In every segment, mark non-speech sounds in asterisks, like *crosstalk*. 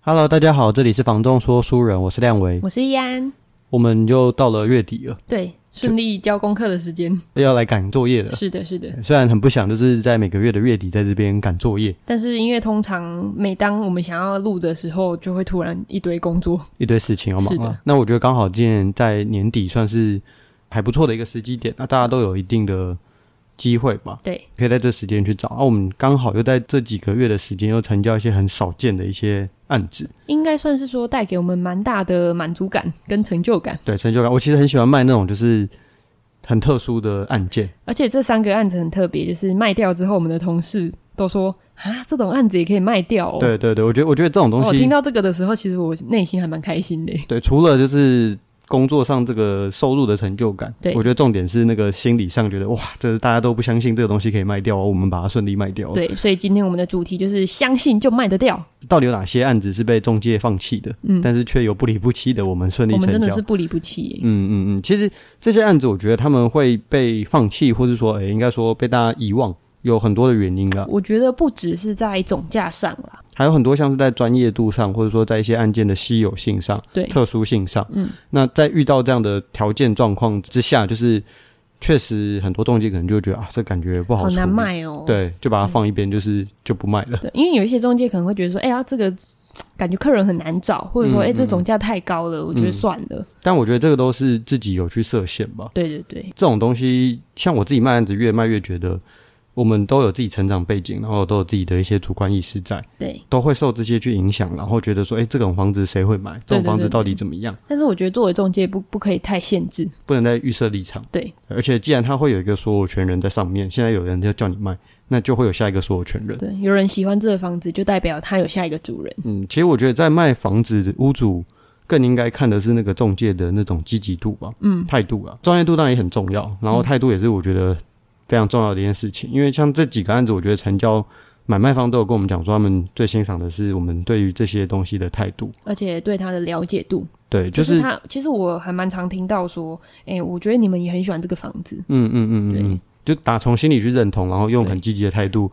Hello，大家好，这里是房仲说书人，我是亮维。我是易安，我们又到了月底了，对，顺利交功课的时间。要来赶作业了。是的，是的。虽然很不想，就是在每个月的月底在这边赶作业，但是因为通常每当我们想要录的时候，就会突然一堆工作。一堆事情要忙是的啊。那我觉得刚好今年在年底算是还不错的一个时机点，那大家都有一定的机会吧，对，可以在这时间去找。啊，我们刚好又在这几个月的时间又成交一些很少见的一些案子，应该算是说带给我们蛮大的满足感跟成就感。对，成就感。我其实很喜欢卖那种就是很特殊的案件，而且这三个案子很特别，就是卖掉之后，我们的同事都说啊，这种案子也可以卖掉哦。对对对，我觉得我觉得这种东哦。我西听，到这个的时候，其实我内心还蛮开心的。对，除了就是。工作上这个收入的成就感，对我觉得重点是那个心理上觉得哇，这大家都不相信这个东西可以卖掉哦，我们把它顺利卖掉。，对，所以今天我们的主题就是相信就卖得掉。到底有哪些案子是被中介放弃的？嗯但是却有不离不弃的，我们顺利我们成真的交是。不离不弃耶。嗯嗯嗯，其实这些案子，我觉得他们会被放弃，或是说，诶，应该说被大家遗忘，有很多的原因啦，我觉得不只是在总价上啦，还有很多像是在专业度上，或者说在一些案件的稀有性上、对，特殊性上。嗯，那在遇到这样的条件状况之下，就是确实很多中介可能就觉得啊，这感觉不好好处难理，卖哦。嗯对，就把它放一边，就是就不卖了。对，因为有一些中介可能会觉得说，哎呀，这个感觉客人很难找，或者说，嗯哎，这嗯总价太高了，我觉得嗯算了。但我觉得这个都是自己有去设限吧。对对对，这种东西，像我自己卖案子，越卖越觉得我们都有自己成长背景，然后都有自己的一些主观意识在，对。都会受这些去影响，然后觉得说，哎、这种房子谁会买？这种房子到底怎么样？但是我觉得作为中介不不可以太限制，不能再预设立场。对，而且既然他会有一个所有权人在上面，现在有人就叫你卖，那就会有下一个所有权人。对，有人喜欢这个房子，就代表他有下一个主人。嗯，其实我觉得在卖房子，屋主更应该看的是那个中介的那种积极度吧，嗯，态度啊，专业度当然也很重要，然后态度也是我觉得非常重要的一件事情。因为像这几个案子，我觉得成交买卖方都有跟我们讲说，他们最欣赏的是我们对于这些东西的态度。而且对他的了解度，对，就就是是他，其实我还蛮常听到说，哎、我觉得你们也很喜欢这个房子，嗯嗯嗯嗯嗯，就打从心里去认同，然后用很积极的态度。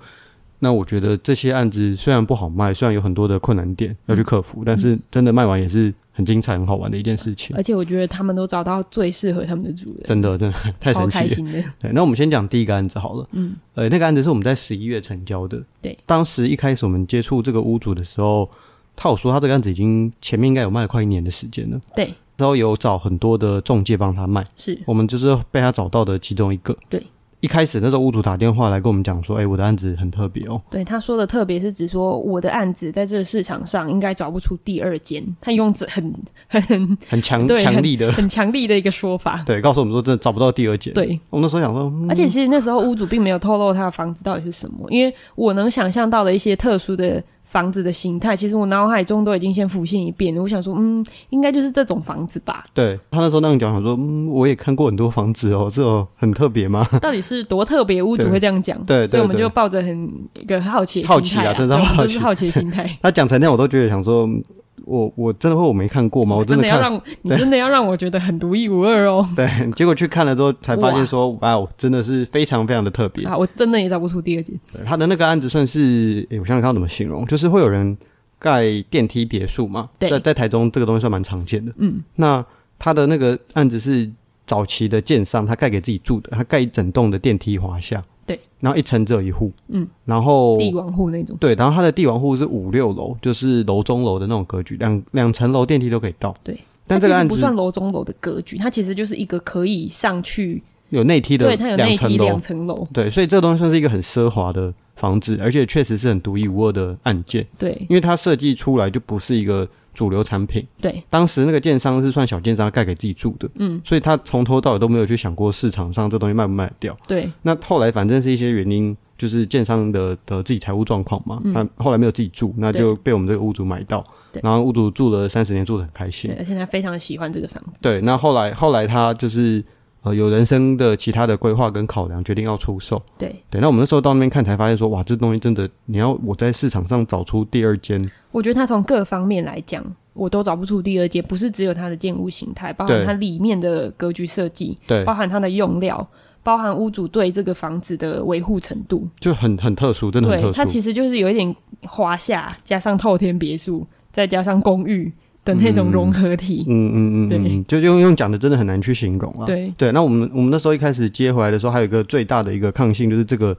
那我觉得这些案子虽然不好卖，虽然有很多的困难点要去克嗯服，但是真的卖完也是很精彩、很好玩的一件事情。而且我觉得他们都找到最适合他们的主人，真的，真的太超神奇开了。心 *laughs* 的。对，那我们先讲第一个案子好了。嗯，呃，那个案子是我们在十一月成交的。对，当时一开始我们接触这个屋主的时候，他有说他这个案子已经前面应该有卖了快一年的时间了，对，然后有找很多的中介帮他卖，是我们就是被他找到的其中一个。对，一开始那时候屋主打电话来跟我们讲说，哎、我的案子很特别哦。对他说的，特别是指说我的案子在这个市场上应该找不出第二间，他用这很很很强对强 *laughs* 力的，很强力的一个说法。对，告诉我们说真的找不到第二间。， *laughs* 对，我那时候想说，嗯而且其实那时候屋主并没有透露他的房子到底是什么，因为我能想象到的一些特殊的房子的形态，其实我脑海中都已经先浮现一遍了。我想说，嗯，应该就是这种房子吧？对他那时候那样讲，想说，嗯，我也看过很多房子哦，这种很特别 *laughs* 吗？ *laughs* 到底是多特别，屋主对会这样讲？对对所以我们对就抱着很一个好奇的好心奇态啊对真的我们好就是 *laughs* 奇好奇啊的心态。他讲成那样，我都觉得想说，嗯我我真的会我没看过吗？我真真的的要看，让你真的要让我觉得很独一无二哦！对， *laughs* 结果去看了之后才发现说，哇哦，真的是非常非常的特别。啊，我真的也找不出第二间。对他的那个案子算是，诶我想想看要怎么形容，就是会有人盖电梯别墅嘛，对在在台中这个东西算蛮常见的。嗯，那他的那个案子是早期的建商，他盖给自己住的，他盖一整栋的电梯华夏，对，然后一层只有一户，嗯，然后帝王户那种。对，然后它的帝王户是五六楼，就是楼中楼的那种格局，两两层楼电梯都可以到。对，但它这个其实案不算子楼中楼的格局，它其实就是一个可以上去，有内梯的对，它有两内层梯楼两，层楼，对，所以这个东西算是一个很奢华的房子，而且确实是很独一无二的案件，对因为它设计出来就不是一个主流产品。对当时那个建商是算小建商盖给自己住的，嗯，所以他从头到尾都没有去想过市场上这东西卖不卖得掉。对，那后来反正是一些原因就是建商的的自己财务状况嘛，他后来没有自己住，那就被我们这个屋主买到嗯对，然后屋主住了三十年，住得很开心对，。而且他非常喜欢这个房子，对，那后来后来他就是呃有人生的其他的规划跟考量，决定要出售。对对，那我们那时候到那边看才发现说，哇，这东西真的，你要我在市场上找出第二间，我觉得他从各方面来讲，我都找不出第二间，不是只有它的建物形态，包含对它里面的格局设计，对包，含它的用料，包含屋主对这个房子的维护程度，就很很特殊，真的很对，特它殊。其实就是有一点华夏加上透天别墅，再加上公寓的那种融合体，嗯嗯嗯嗯嗯，就用用讲的真的很难去形容啊。对对，那我们我们那时候一开始接回来的时候，还有一个最大的一个抗性就是这个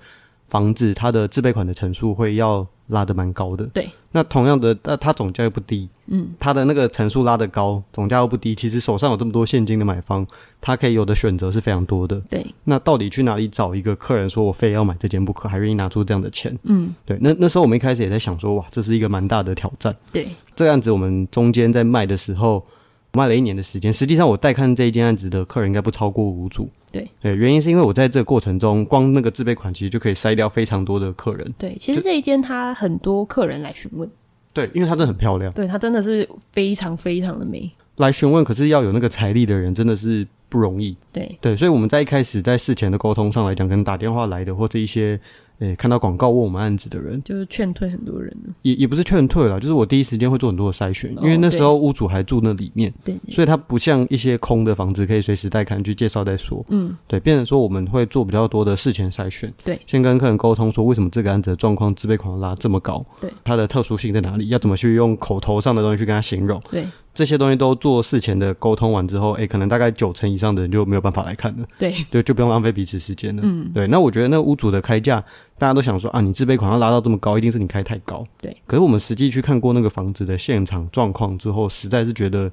房子它的自备款的层数会要拉的蛮高的。对，那同样的，那它总价又不低，嗯，它的那个层数拉的高，总价又不低，其实手上有这么多现金的买方，他可以有的选择是非常多的。对，那到底去哪里找一个客人说我非要买这间不可，还愿意拿出这样的钱？嗯，对，那那时候我们一开始也在想说，哇，这是一个蛮大的挑战。对，这个案子我们中间在卖的时候，卖了一年的时间。实际上，我带看这一件案子的客人应该不超过五组。对对，原因是因为我在这个过程中，光那个自备款其实就可以筛掉非常多的客人。对。其实这一间它很多客人来询问，对，因为它真的很漂亮，对它真的是非常非常的美，来询问可是要有那个财力的人真的是不容易。对对，所以我们在一开始在事前的沟通上来讲，跟打电话来的或者一些。诶，看到广告问我们案子的人，就是劝退很多人了，也也不是劝退了，就是我第一时间会做很多的筛选，因为哦那对时候屋主还住那里面，对对所以它不像一些空的房子可以随时带看去介绍再说。嗯，对，变成说我们会做比较多的事前筛选，对先跟客人沟通说为什么这个案子的状况自备款拉这么高，对，它的特殊性在哪里，要怎么去用口头上的东西去跟他形容，对这些东西都做事前的沟通完之后，诶，可能大概九成以上的人就没有办法来看了，对对，就不用浪费彼此时间了。嗯，对，那我觉得那屋主的开价，大家都想说啊，你自备款要拉到这么高，一定是你开太高。对，可是我们实际去看过那个房子的现场状况之后，实在是觉得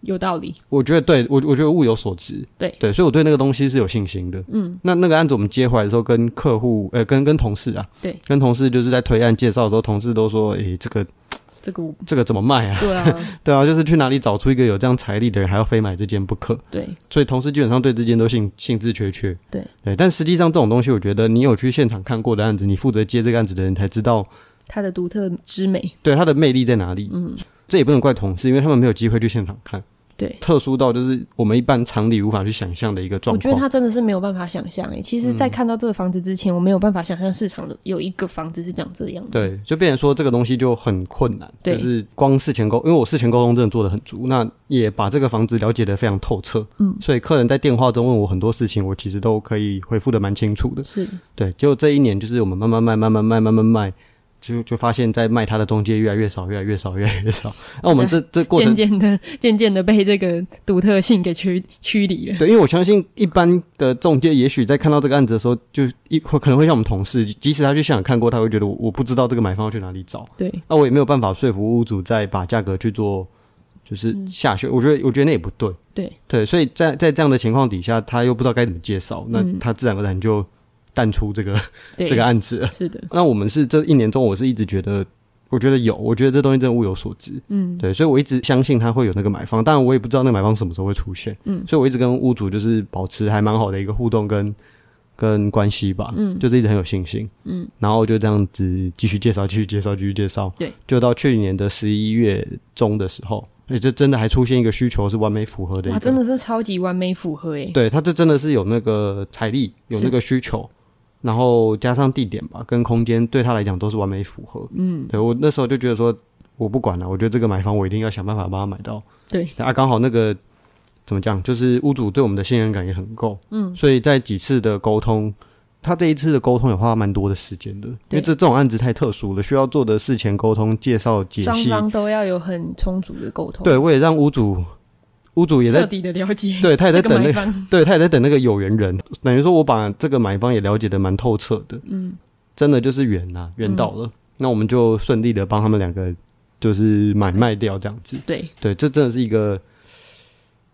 有道理，我觉得对我，我觉得物有所值，对对，所以我对那个东西是有信心的。嗯，那那个案子我们接回来的时候，跟客户，呃，跟跟同事啊，对，跟同事就是在推案介绍的时候，同事都说，诶、这个这个我这个怎么卖啊？ *laughs* 对啊，对啊，就是去哪里找出一个有这样财力的人，还要非买这间不可。 *laughs* 对所以同事基本上对这间都兴兴致缺缺。对对，但实际上这种东西，我觉得你有去现场看过的案子，你负责接这个案子的人才知道，它的独特之美，对它的魅力在哪里。嗯，这也不能怪同事，因为他们没有机会去现场看，对。特殊到就是我们一般常理无法去想象的一个状我觉况嗯得。他真的是没有办法想象诶、欸其实，在看到这个房子之前，我没有办法想象市场的有一个房子是长这样的。对，就变成说这个东西就很困难，对就是光事前沟，因为我事前沟通真的做的很足，那也把这个房子了解的非常透彻，嗯，所以客人在电话中问我很多事情，我其实都可以回复的蛮清楚的，是，对，结果这一年就是我们慢慢卖，慢慢卖，慢慢卖。就就发现，在卖它的中介越来越少，越来越少，越来越少。那我们这这过程渐，渐的， *laughs* 渐渐的被这个独特性给驱驱离了。对，因为我相信一般的中介，也许在看到这个案子的时候，就一会可能会像我们同事，即使他去现场看过，他会觉得我我不知道这个买方要去哪里找。对，那我也没有办法说服屋主再把价格去做就是下修，我觉得我觉得那也不对，对对，所以在在这样的情况底下，他又不知道该怎么介绍，那他自然而然就淡出这个、对， *laughs* 这个案子了。是的，那我们是这一年中，我是一直觉得。我觉得有，我觉得这东西真的物有所值，嗯，对，所以我一直相信他会有那个买方，当然我也不知道那个买方什么时候会出现，嗯，所以我一直跟屋主就是保持还蛮好的一个互动跟跟关系吧，嗯，就是一直很有信心，嗯，然后就这样子继续介绍，继续介绍，继续介绍，对，就到去年的十一月中的时候，哎、这真的还出现一个需求是完美符合的一哇，个，真的是超级完美符合诶。欸对他这真的是有那个财力，有那个需求，然后加上地点吧，跟空间对他来讲都是完美符合。嗯，对我那时候就觉得说，我不管了、我觉得这个买房我一定要想办法把它买到。对啊，刚好那个怎么讲，就是屋主对我们的信任感也很够。嗯，所以在几次的沟通。他这一次的沟通也花蛮多的时间的，因为对这这种案子太特殊了，需要做的事前沟通、介绍、解双析。方都要有很充足的沟通，对，我也让屋主，屋主也彻在，底的了解对他也在这个等那买个方，对他也在等那个有缘人，等于说我把这个买方也了解的蛮透彻的，嗯，真的就是缘呐、缘到嗯了，那我们就顺利的帮他们两个就是买卖掉这样子， *laughs* 对对，这真的是一个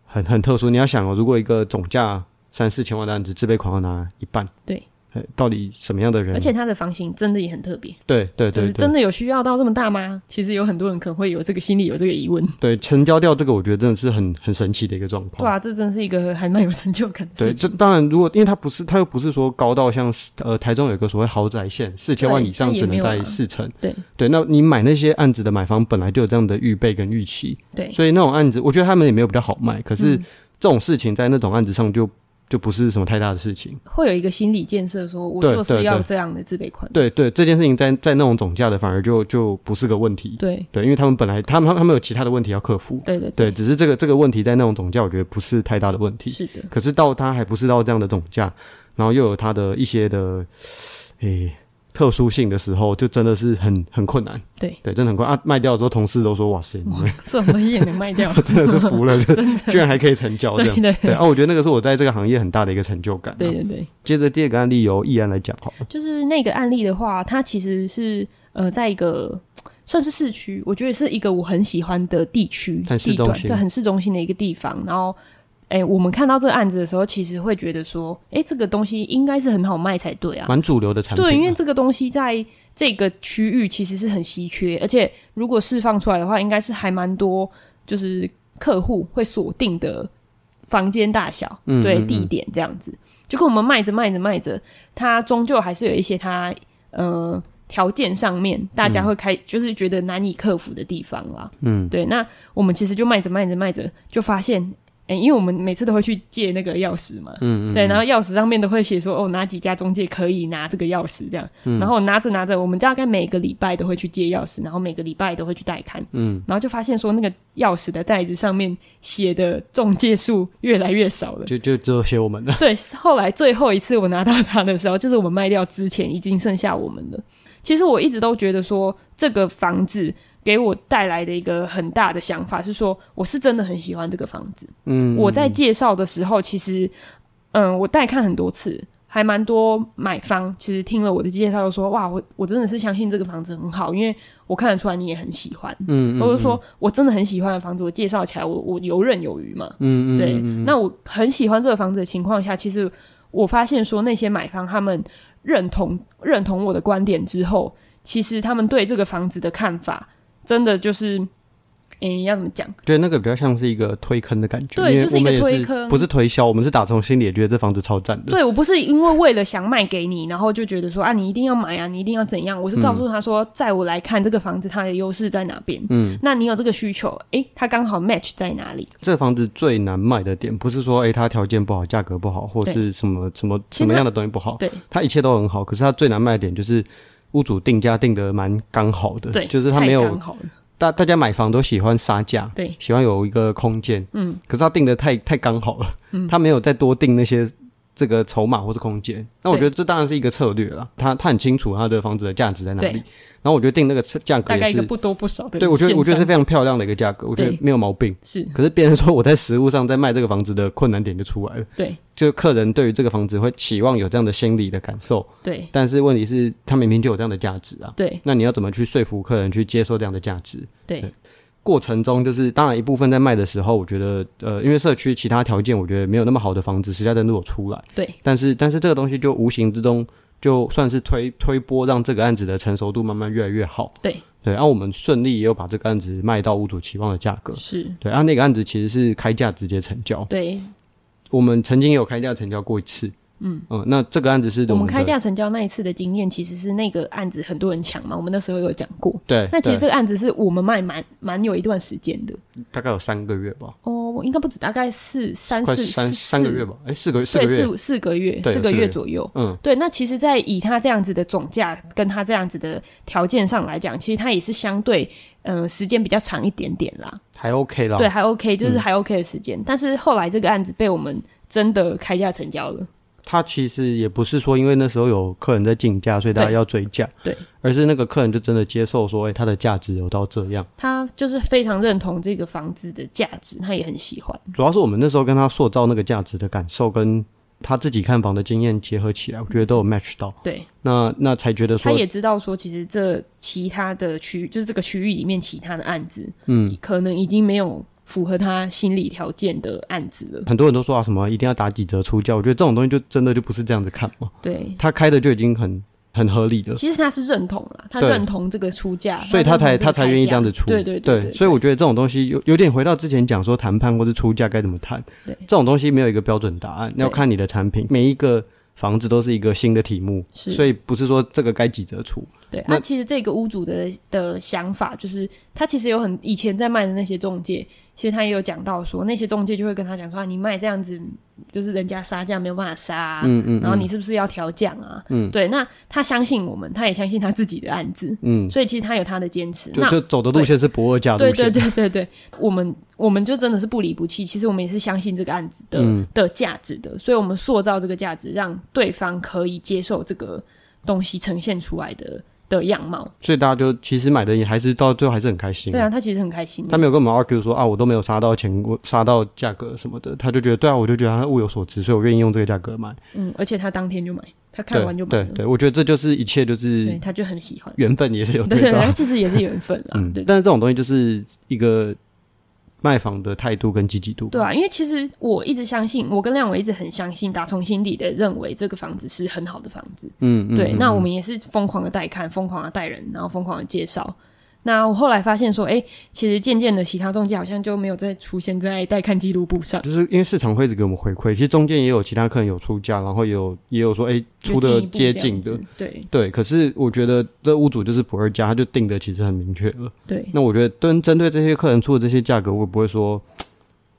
很很特殊。你要想哦，如果一个总价三四千万的案子，自备款要拿一半，对哎、呃到底什么样的人，而且它的房型真的也很特别，对对就对是真对的有需要到这么大吗？其实有很多人可能会有这个心里有这个疑问，对，成交掉这个，我觉得真的是很很神奇的一个状况。对啊，这真是一个还蛮有成就感的对，事这情。当然，如果因为它不是，它又不是说高到像是呃台中有一个所谓豪宅线，四千万以上对只那也没能有啊在四成。对对，那你买那些案子的买方本来就有这样的预备跟预期，对嗯所以那种案子，我觉得他们也没有比较好卖。可是这种事情在那种案子上就就不是什么太大的事情。会有一个心理建设，说我对就是对要对这样的自备款。对对，这件事情在在那种总价的反而就就不是个问题。对对，因为他们本来他们他们有其他的问题要克服。对对对，只是这个这个问题在那种总价，我觉得不是太大的问题。是的， *laughs* 可是到它还不是到这样的总价，然后又有它的一些的诶、特殊性的时候，就真的是很很困难。对对，真的很困难啊！卖掉之后，同事都说：“哇塞，你们这种东西也能卖掉。 *laughs* 真的是服 *laughs* 了，居然还可以成交这对样。”对对啊，我觉得那个是我在这个行业很大的一个成就感、啊对对对，接着第二个案例由易安来讲好了。就是那个案例的话，它其实是呃，在一个算是市区，我觉得是一个我很喜欢的地区很市地段中，心对，很市中心的一个地方。然后，哎，我们看到这个案子的时候，其实会觉得说，哎，这个东西应该是很好卖才对啊。蛮主流的产品啊、对，因为这个东西在这个区域其实是很稀缺，而且如果释放出来的话，应该是还蛮多，就是客户会锁定的房间大小，嗯对嗯地点这样子。就跟我们卖着卖着卖着，它终究还是有一些它呃条件上面大家会开、就是觉得难以克服的地方啦。嗯，对，那我们其实就卖着卖着卖着，就发现，哎、因为我们每次都会去借那个钥匙嘛，嗯嗯对，然后钥匙上面都会写说，哦，哪几家中介可以拿这个钥匙这样，然后拿着拿着，我们大概每个礼拜都会去借钥匙，然后每个礼拜都会去带看，嗯，然后就发现说那个钥匙的袋子上面写的中介数越来越少了。就就只有写我们的。对，后来最后一次我拿到它的时候，就是我们卖掉之前已经剩下我们了。其实我一直都觉得说，这个房子给我带来的一个很大的想法是说，我是真的很喜欢这个房子。嗯， *laughs* 我在介绍的时候，其实，嗯，我带看很多次，还蛮多买方其实听了我的介绍，就说哇，我我真的是相信这个房子很好，因为我看得出来你也很喜欢。嗯，嗯我就说我真的很喜欢的房子，我介绍起来我我游刃有余嘛。嗯嗯，对，嗯那我很喜欢这个房子的情况下，其实我发现说那些买方他们认同认同我的观点之后，其实他们对这个房子的看法，真的就是，诶，要怎么讲？对，那个比较像是一个推坑的感觉，对因为就是一我们个也推是坑不是推销，我们是打从心里也觉得这房子超赞的。对我不是因为为了想卖给你，然后就觉得说啊，你一定要买啊，你一定要怎样？我是告诉他嗯说，在我来看这个房子它的优势在哪边，嗯，那你有这个需求，诶，它刚好 match 在哪里？这房子最难卖的点，不是说诶它条件不好、价格不好，或是什么什么其实它什么样的东西不好，对，它一切都很好。可是它最难卖的点就是屋主定价定的蛮刚好的，对，呃就是它太没有刚好了，大大家买房都喜欢杀价，对喜欢有一个空间，嗯，可是它定的太太刚好了，它没有再多定那些。这个筹码或是空间，那我觉得这当然是一个策略啦。他他很清楚他的房子的价值在哪对里，然后我觉得定那个价格大概也一个是，不多不少的线上，对我觉得我觉得是非常漂亮的一个价格，我觉得对没有毛病。是可是别人说我在实物上在卖这个房子的困难点就出来了，对就客人对于这个房子会期望有这样的心理的感受，对但是问题是他明明就有这样的价值啊，对那你要怎么去说服客人去接受这样的价值？对过程中就是当然一部分在卖的时候，我觉得呃，因为社区其他条件我觉得没有那么好的房子，实价登录有出来，对，但是但是这个东西就无形之中就算是推推波，让这个案子的成熟度慢慢越来越好，对对，啊然、后我们顺利也有把这个案子卖到屋主期望的价格，是。对，啊然、后那个案子其实是开价直接成交，对，我们曾经有开价成交过一次，嗯那这个案子是我们的开价成交那一次的经验，其实是那个案子很多人抢嘛，我们那时候有讲过。对，那其实对这个案子是我们卖蛮蛮有一段时间的大概有三个月吧，哦，应该不止，大概四三快四三四三个月，吧，哎，四个四四个对，月，四四个月，对四个四个月月左右。嗯，对，那其实，在以他这样子的总价跟他这样子的条件上来讲，其实他也是相对，嗯、时间比较长一点点啦。还 OK 啦，对，还 OK，就是嗯还 OK 的时间。但是后来这个案子被我们真的开价成交了。他其实也不是说因为那时候有客人在竞价，所以大家对要追价，对，而是那个客人就真的接受说，哎，它的价值有到这样。他就是非常认同这个房子的价值，他也很喜欢。主要是我们那时候跟他塑造那个价值的感受，跟他自己看房的经验结合起来，我觉得都有 match 到，对，那那才觉得他说，也知道说，其实这其他的区，就是这个区域里面其他的案子，嗯，可能已经没有符合他心理条件的案子了。很多人都说啊什么一定要打几折出价，我觉得这种东西就真的就不是这样子看嘛，对，他开的就已经很很合理了。其实他嗯是认同了，他对认同这个出价，所以他才认同个他才开愿意价这样子出，对对对所以我觉得这种东西有有点回到之前讲说谈判或是出价该怎么谈，对这种东西没有一个标准答案，对要看你的产品，每一个房子都是一个新的题目，是所以不是说这个该几折出，对，那那、其实这个屋主的的想法就是，他其实有很以前在卖的那些中介，其实他也有讲到说，那些中介就会跟他讲说，啊你卖这样子，就是人家杀价没有办法杀、啊，嗯嗯，然后你是不是要调降啊？嗯对，那他相信我们，他也相信他自己的案子，嗯，所以其实他有他的坚持。就那就走的路线是不二价路对线，对对对对，我们我们就真的是不离不弃。其实我们也是相信这个案子的、嗯的价值的，所以我们塑造这个价值，让对方可以接受这个东西呈现出来的的样貌。所以大家就其实买的也还是到最后还是很开心、对啊，他其实很开心的。他没有跟我们 argue 说啊，我都没有杀到钱，我杀到价格什么的，他就觉得对啊，我就觉得他物有所值，所以我愿意用这个价格买。嗯，而且他当天就买，他看对完就买对了，对，我觉得这就是一切就对是他就很喜欢。缘分也是有对 *laughs* 对到。他其实也是缘分啦，嗯，对但是这种东西就是一个卖房的态度跟积极度。对啊，因为其实我一直相信，我跟亮伟一直很相信，打从心底的认为这个房子是很好的房子。嗯，嗯对，嗯那嗯我们也是疯狂的带看，疯狂的带人，然后疯狂的介绍。那我后来发现说，哎、其实渐渐的，其他中介好像就没有再出现在带看记录簿上，就是因为市场会一直给我们回馈，其实中间也有其他客人有出价，然后也有也有说哎、就出的进一步接这样近的子，。对对。可是我觉得这屋主就是普二家，他就定的其实很明确了。对那我觉得针针对这些客人出的这些价格，我也不会说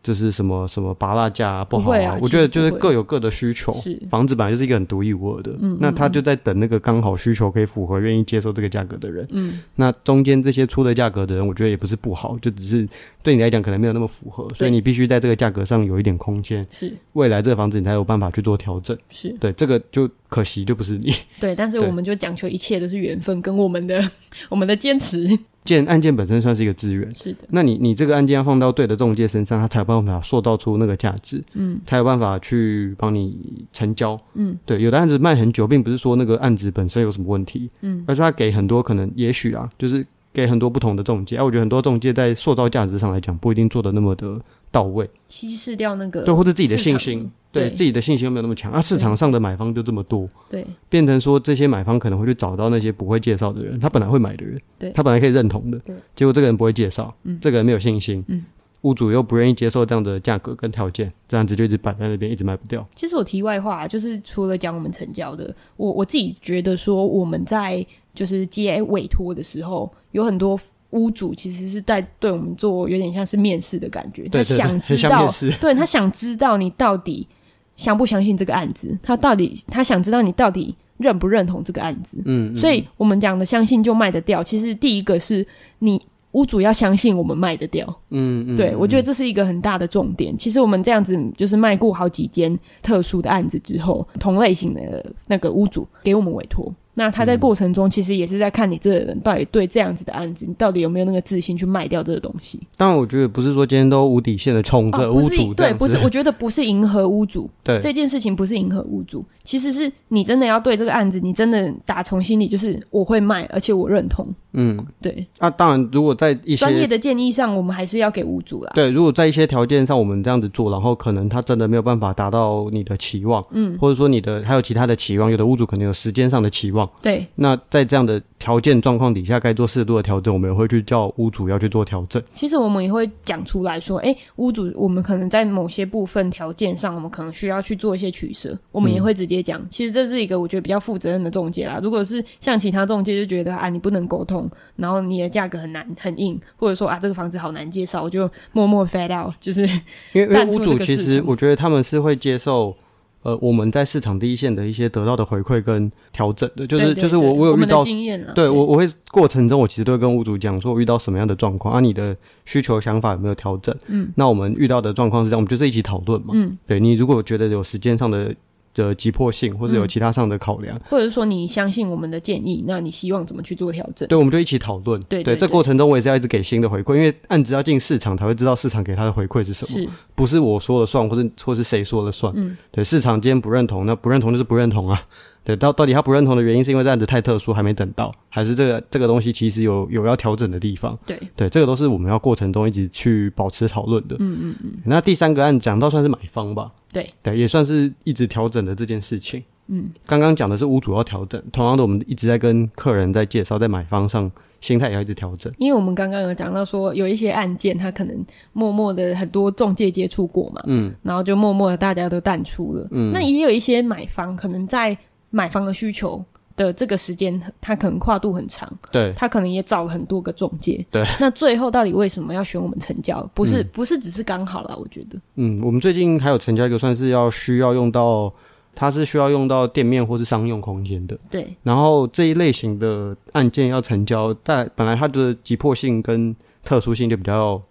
就是什么什么拔蜡价、啊、不好不会啊我其实觉得就是不会各有各的需求。是房子本来就是一个很独一无二的，嗯那他就在等那个刚好需求可以符合、愿意接受这个价格的人。嗯，那中间这些出的价格的人，我觉得也不是不好，就只是对你来讲可能没有那么符合，所以你必须在这个价格上有一点空间，是未来这个房子你才有办法去做调整。是，对，这个就可惜就不是你对。但是对我们就讲求一切都是缘分跟我们的 *laughs* 我们的坚持，件案件本身算是一个资源。是的，那你你这个案件要放到对的中介身上，他才有办法塑造出那个价值，嗯，才有办法去帮你成交，嗯，对。有的案子卖很久，并不是说那个案子本身有什么问题，嗯，而是他给很多可能，也许啊，就是给很多不同的中介。啊，我觉得很多中介在塑造价值上来讲，不一定做的那么的到位，稀释掉那个对，或者自己的呃市场信心，对对自己的信心又没有那么强啊。市场上的买方就这么多，对变成说这些买方可能会去找到那些不会介绍的人，他本来会买的人，对他本来可以认同的对，结果这个人不会介绍，这个人没有信心，嗯屋主又不愿意接受这样的价格跟条件，这样子就一直摆在那边，一直卖不掉。其实我题外话，就是除了讲我们成交的，我我自己觉得说我们在就是接委托的时候，有很多屋主其实是在对我们做有点像是面试的感觉，对他对对想知很像道面试，对他想知道你到底相不相信这个案子，他到底他想知道你到底认不认同这个案子，嗯，嗯所以我们讲的相信就卖得掉，其实第一个是你屋主要相信我们卖得掉，嗯嗯，对，我觉得得这是一个很大的重点。其实我们这样子就是卖过好几间特殊的案子之后，同类型的那个屋主给我们委托，那他在过程中其实也是在看你这个人到底对这样子的案子，你到底有没有那个自信去卖掉这个东西。当然我觉得不是说今天都无底线的冲着哦不屋是主这对，样不是，子，我觉得不是迎合屋主对这件事情，不是迎合屋主，其实是你真的要对这个案子，你真的打从心里就是我会卖，而且我认同。嗯，对，啊，当然如果在一专业些的建议上，我们还是要给屋主啦。对，如果在一些条件上我们这样子做，然后可能他真的没有办法达到你的期望，嗯，或者说你的还有其他的期望，有的屋主可能有时间上的期望。对，那在这样的条件状况底下，该做适度的调整，我们也会去叫屋主要去做调整。其实我们也会讲出来说，哎，屋主，我们可能在某些部分条件上，我们可能需要去做一些取舍，我们也会直接嗯讲。其实这是一个我觉得比较负责任的中介啦。如果是像其他中介就觉得啊，你不能沟通，然后你的价格很难很硬，或者说啊这个房子好难介绍，我就默默 fade out，就是因为因为淡出屋主这个其市实场我觉得他们是会接受。呃，我们在市场第一线的一些得到的回馈跟调整的，就是对对就是对我我有遇们的到，经验啊，对我我会过程中我其实都会跟屋主讲说，我遇到什么样的状况啊，你的需求想法有没有调整？嗯，那我们遇到的状况是这样，我们就是一起讨论嘛。嗯，对你如果觉得有时间上的的急迫性，或者有嗯其他上的考量，或者是说你相信我们的建议，那你希望怎么去做调整？对，我们就一起讨论。对对这对过程中我也是要一直给新的回馈，因为案子要进市场才会知道市场给他的回馈是什么，是不是我说了算，或是或是谁说了算。嗯对，市场今天不认同，那不认同就是不认同啊。对，到到底他不认同的原因是因为这案子太特殊，还没等到，还是这个这个东西其实有有要调整的地方？对，对，这个都是我们要过程中一直去保持讨论的。嗯嗯嗯，那第三个案讲到算是买方吧，对对，也算是一直调整的这件事情。嗯，刚刚讲的是屋主要调整，同样的，我们一直在跟客人在介绍，在买方上心态也要一直调整。因为我们刚刚有讲到说，有一些案件他可能默默的很多中介接触过嘛，嗯，然后就默默的大家都淡出了。嗯那也有一些买方可能在买方的需求的这个时间，他可能跨度很长，对，他可能也找了很多个中介。对，那最后到底为什么要选我们成交？不是、不是只是刚好啦，我觉得。嗯，我们最近还有成交一个算是要需要用到，它是需要用到店面或是商用空间的。对然后这一类型的案件要成交，但本来它的急迫性跟特殊性就比较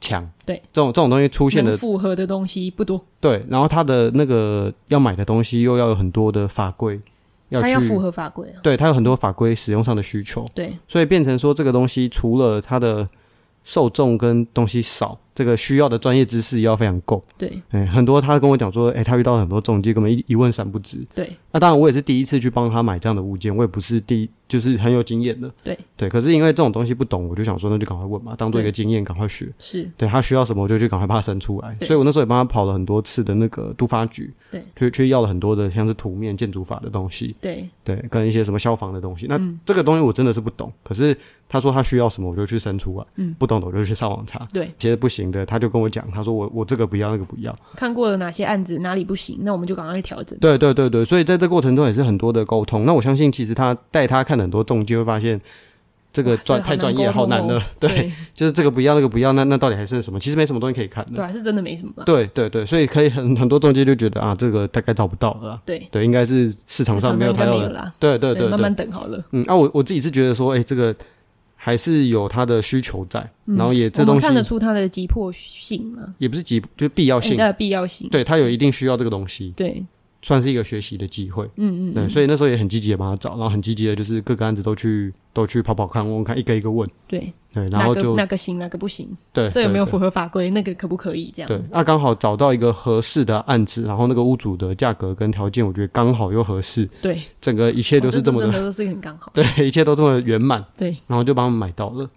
强。对，这种这种东西出现能的符合的东西不多，对，然后它的那个要买的东西又要有很多的法规要他去，要符合法规啊。对，它有很多法规使用上的需求，对，所以变成说这个东西除了它的受众跟东西少，这个需要的专业知识也要非常够。对，哎，很多他跟我讲说，哎，他遇到很多中介根本一一问三不知。对，那当然，我也是第一次去帮他买这样的物件，我也不是第一，就是很有经验的。对对，可是因为这种东西不懂，我就想说，那就赶快问嘛，当做一个对经验，赶快学。是对他需要什么，我就去赶快把它生出来。对所以我那时候也帮他跑了很多次的那个都发局，对，去去要了很多的像是图面、建筑法的东西，对，对，跟一些什么消防的东西。那嗯这个东西我真的是不懂，可是他说他需要什么，我就去生出来。嗯不懂的我就去上网查。对，其实不行的，他就跟我讲，他说我我这个不要，那个不要。看过了哪些案子，哪里不行，那我们就赶快调整。对对对对，所以在这过程中也是很多的沟通。那我相信，其实他带他看很多中介，会发现这个哇专这太个好难专业，沟好通难哦了。对，对，就是这个不要，那个不要，那那到底还剩什么？其实没什么东西可以看对的。啊，是真的没什么啦。对对对，所以可以很很多中介就觉得啊，这个大概找不到了啦。对，对，应该是市场市上场没有应该他没要有的。啦，对对对慢对，慢等好了。嗯，啊，我我自己是觉得说，哎，这个还是有它的需求在，嗯然后也这我东们西看得出它的急迫性啊，也不是急，就是必要哎性它。的必要性。对，他有一定需要这个东西，对，算是一个学习的机会。嗯嗯对，嗯，所以那时候也很积极的帮他找，然后很积极的，就是各个案子都去都去跑跑看，问问看，一个一个问，对，对，然哪后个就哪个行，哪个不行，对，这有没有对符合法规？那个可不可以这样？对，那刚好找到一个合适的案子，然后那个屋主的价格跟条件，我觉得刚好又合适，对，整个一切都是这么哦真的， *laughs* 的都是很刚好。对，一切都这么圆满，对然后就帮他们买到了，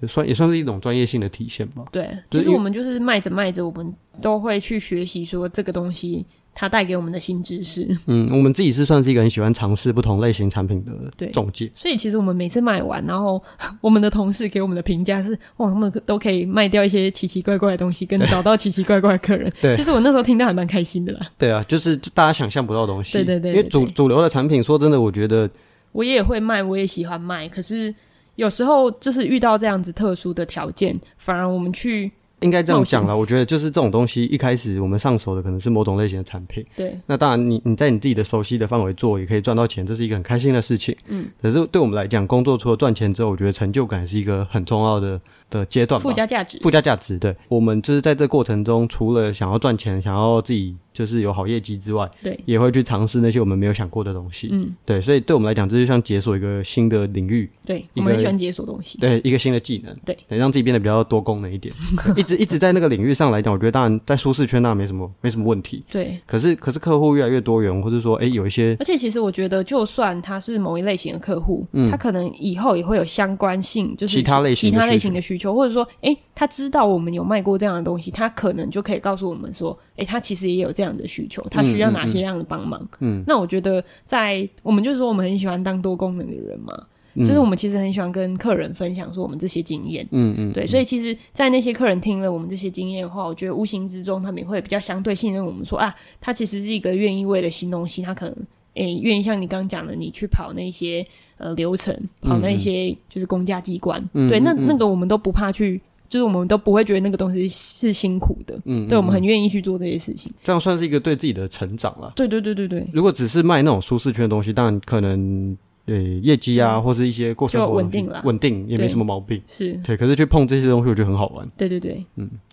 就算也算是一种专业性的体现吧。对，就其是实因为我们就是卖着卖着，我们都会去学习说这个东西它带给我们的新知识。嗯，我们自己是算是一个很喜欢尝试不同类型产品的对中介，所以其实我们每次卖完，然后我们的同事给我们的评价是，哇，他们都可以卖掉一些奇奇怪怪的东西，跟找到奇奇怪怪的客人。对其实我那时候听到还蛮开心的啦。对啊，就是大家想象不到的东西。对对对因为对主对主流的产品，说真的，我觉得我也会卖，我也喜欢卖，可是有时候就是遇到这样子特殊的条件，反而我们去应该这样讲冒了，我觉得就是这种东西，一开始我们上手的可能是某种类型的产品。对那当然你，你在你自己的熟悉的范围做，也可以赚到钱，这是一个很开心的事情。嗯，可是对我们来讲，工作除了赚钱之后，我觉得成就感是一个很重要的的阶段吧。附加价值。附加价值，对我们就是在这过程中，除了想要赚钱、想要自己就是有好业绩之外，对，也会去尝试那些我们没有想过的东西。嗯，对，所以对我们来讲，这就像解锁一个新的领域，对，一我个们很喜欢解锁东西。对一个新的技能，对，让自己变得比较多功能一点。 *laughs* 一直一直在那个领域上来讲，我觉得当然在舒适圈那没什么没什么问题。对，可是可是客户越来越多元，或者说哎、诶有一些而且其实我觉得，就算他是某一类型的客户，嗯他可能以后也会有相关性，就是其他类型其的他类需求型的需求，或者说，哎，他知道我们有卖过这样的东西，他可能就可以告诉我们说，哎，他其实也有这样的需求，他需要嗯嗯哪些样的帮忙。嗯那我觉得在我们就是说，我们很喜欢当多功能的人嘛，嗯就是我们其实很喜欢跟客人分享说我们这些经验。嗯嗯对，所以其实，在那些客人听了我们这些经验的话，我觉得无形之中他们也会比较相对信任我们说，啊，他其实是一个愿意为了新东西，他可能诶愿意像你刚刚讲的，你去跑那些呃流程，跑那些就是公家机关，嗯对，那嗯嗯那个我们都不怕去，就是我们都不会觉得那个东西是辛苦的，嗯，对我们很嗯愿意去做这些事情。这样算是一个对自己的成长了。对对对对对，如果只是卖那种舒适圈的东西，当然可能呃、业绩啊，或是一些过生活的东西嗯就稳定啦稳定也没对什么毛病。是，对，可是去碰这些东西，我觉得很好玩。对对对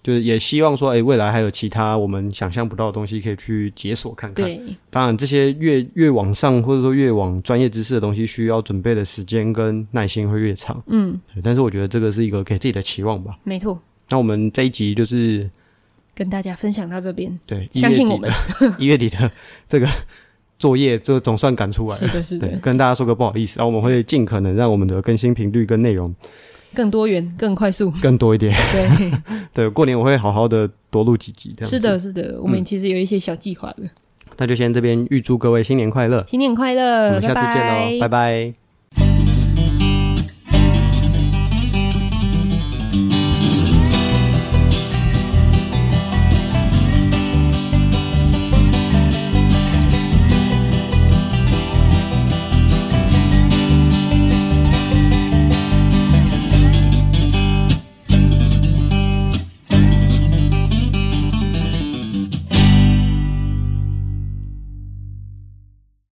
就是也希望说，哎、未来还有其他我们想象不到的东西可以去解锁看看。对，当然，这些越越往上或者说越往专业知识的东西，需要准备的时间跟耐心会越长。嗯，对但是我觉得这个是一个给自己的期望吧。没错，那我们这一集就是跟大家分享到这边，对一相月信 *laughs* 底我们。的一月底的这个作业这总算赶出来是了。的，是对，的，跟大家说个不好意思啊，我们会尽可能让我们的更新频率跟内容更多元、更快速，更多一点。对， *laughs* 对，过年我会好好的多录几集，这样子嗯是的，。是的，我们其实有一些小计划的。那就先这边预祝各位新年快乐，新年快我乐，们下次见喽，呃拜拜拜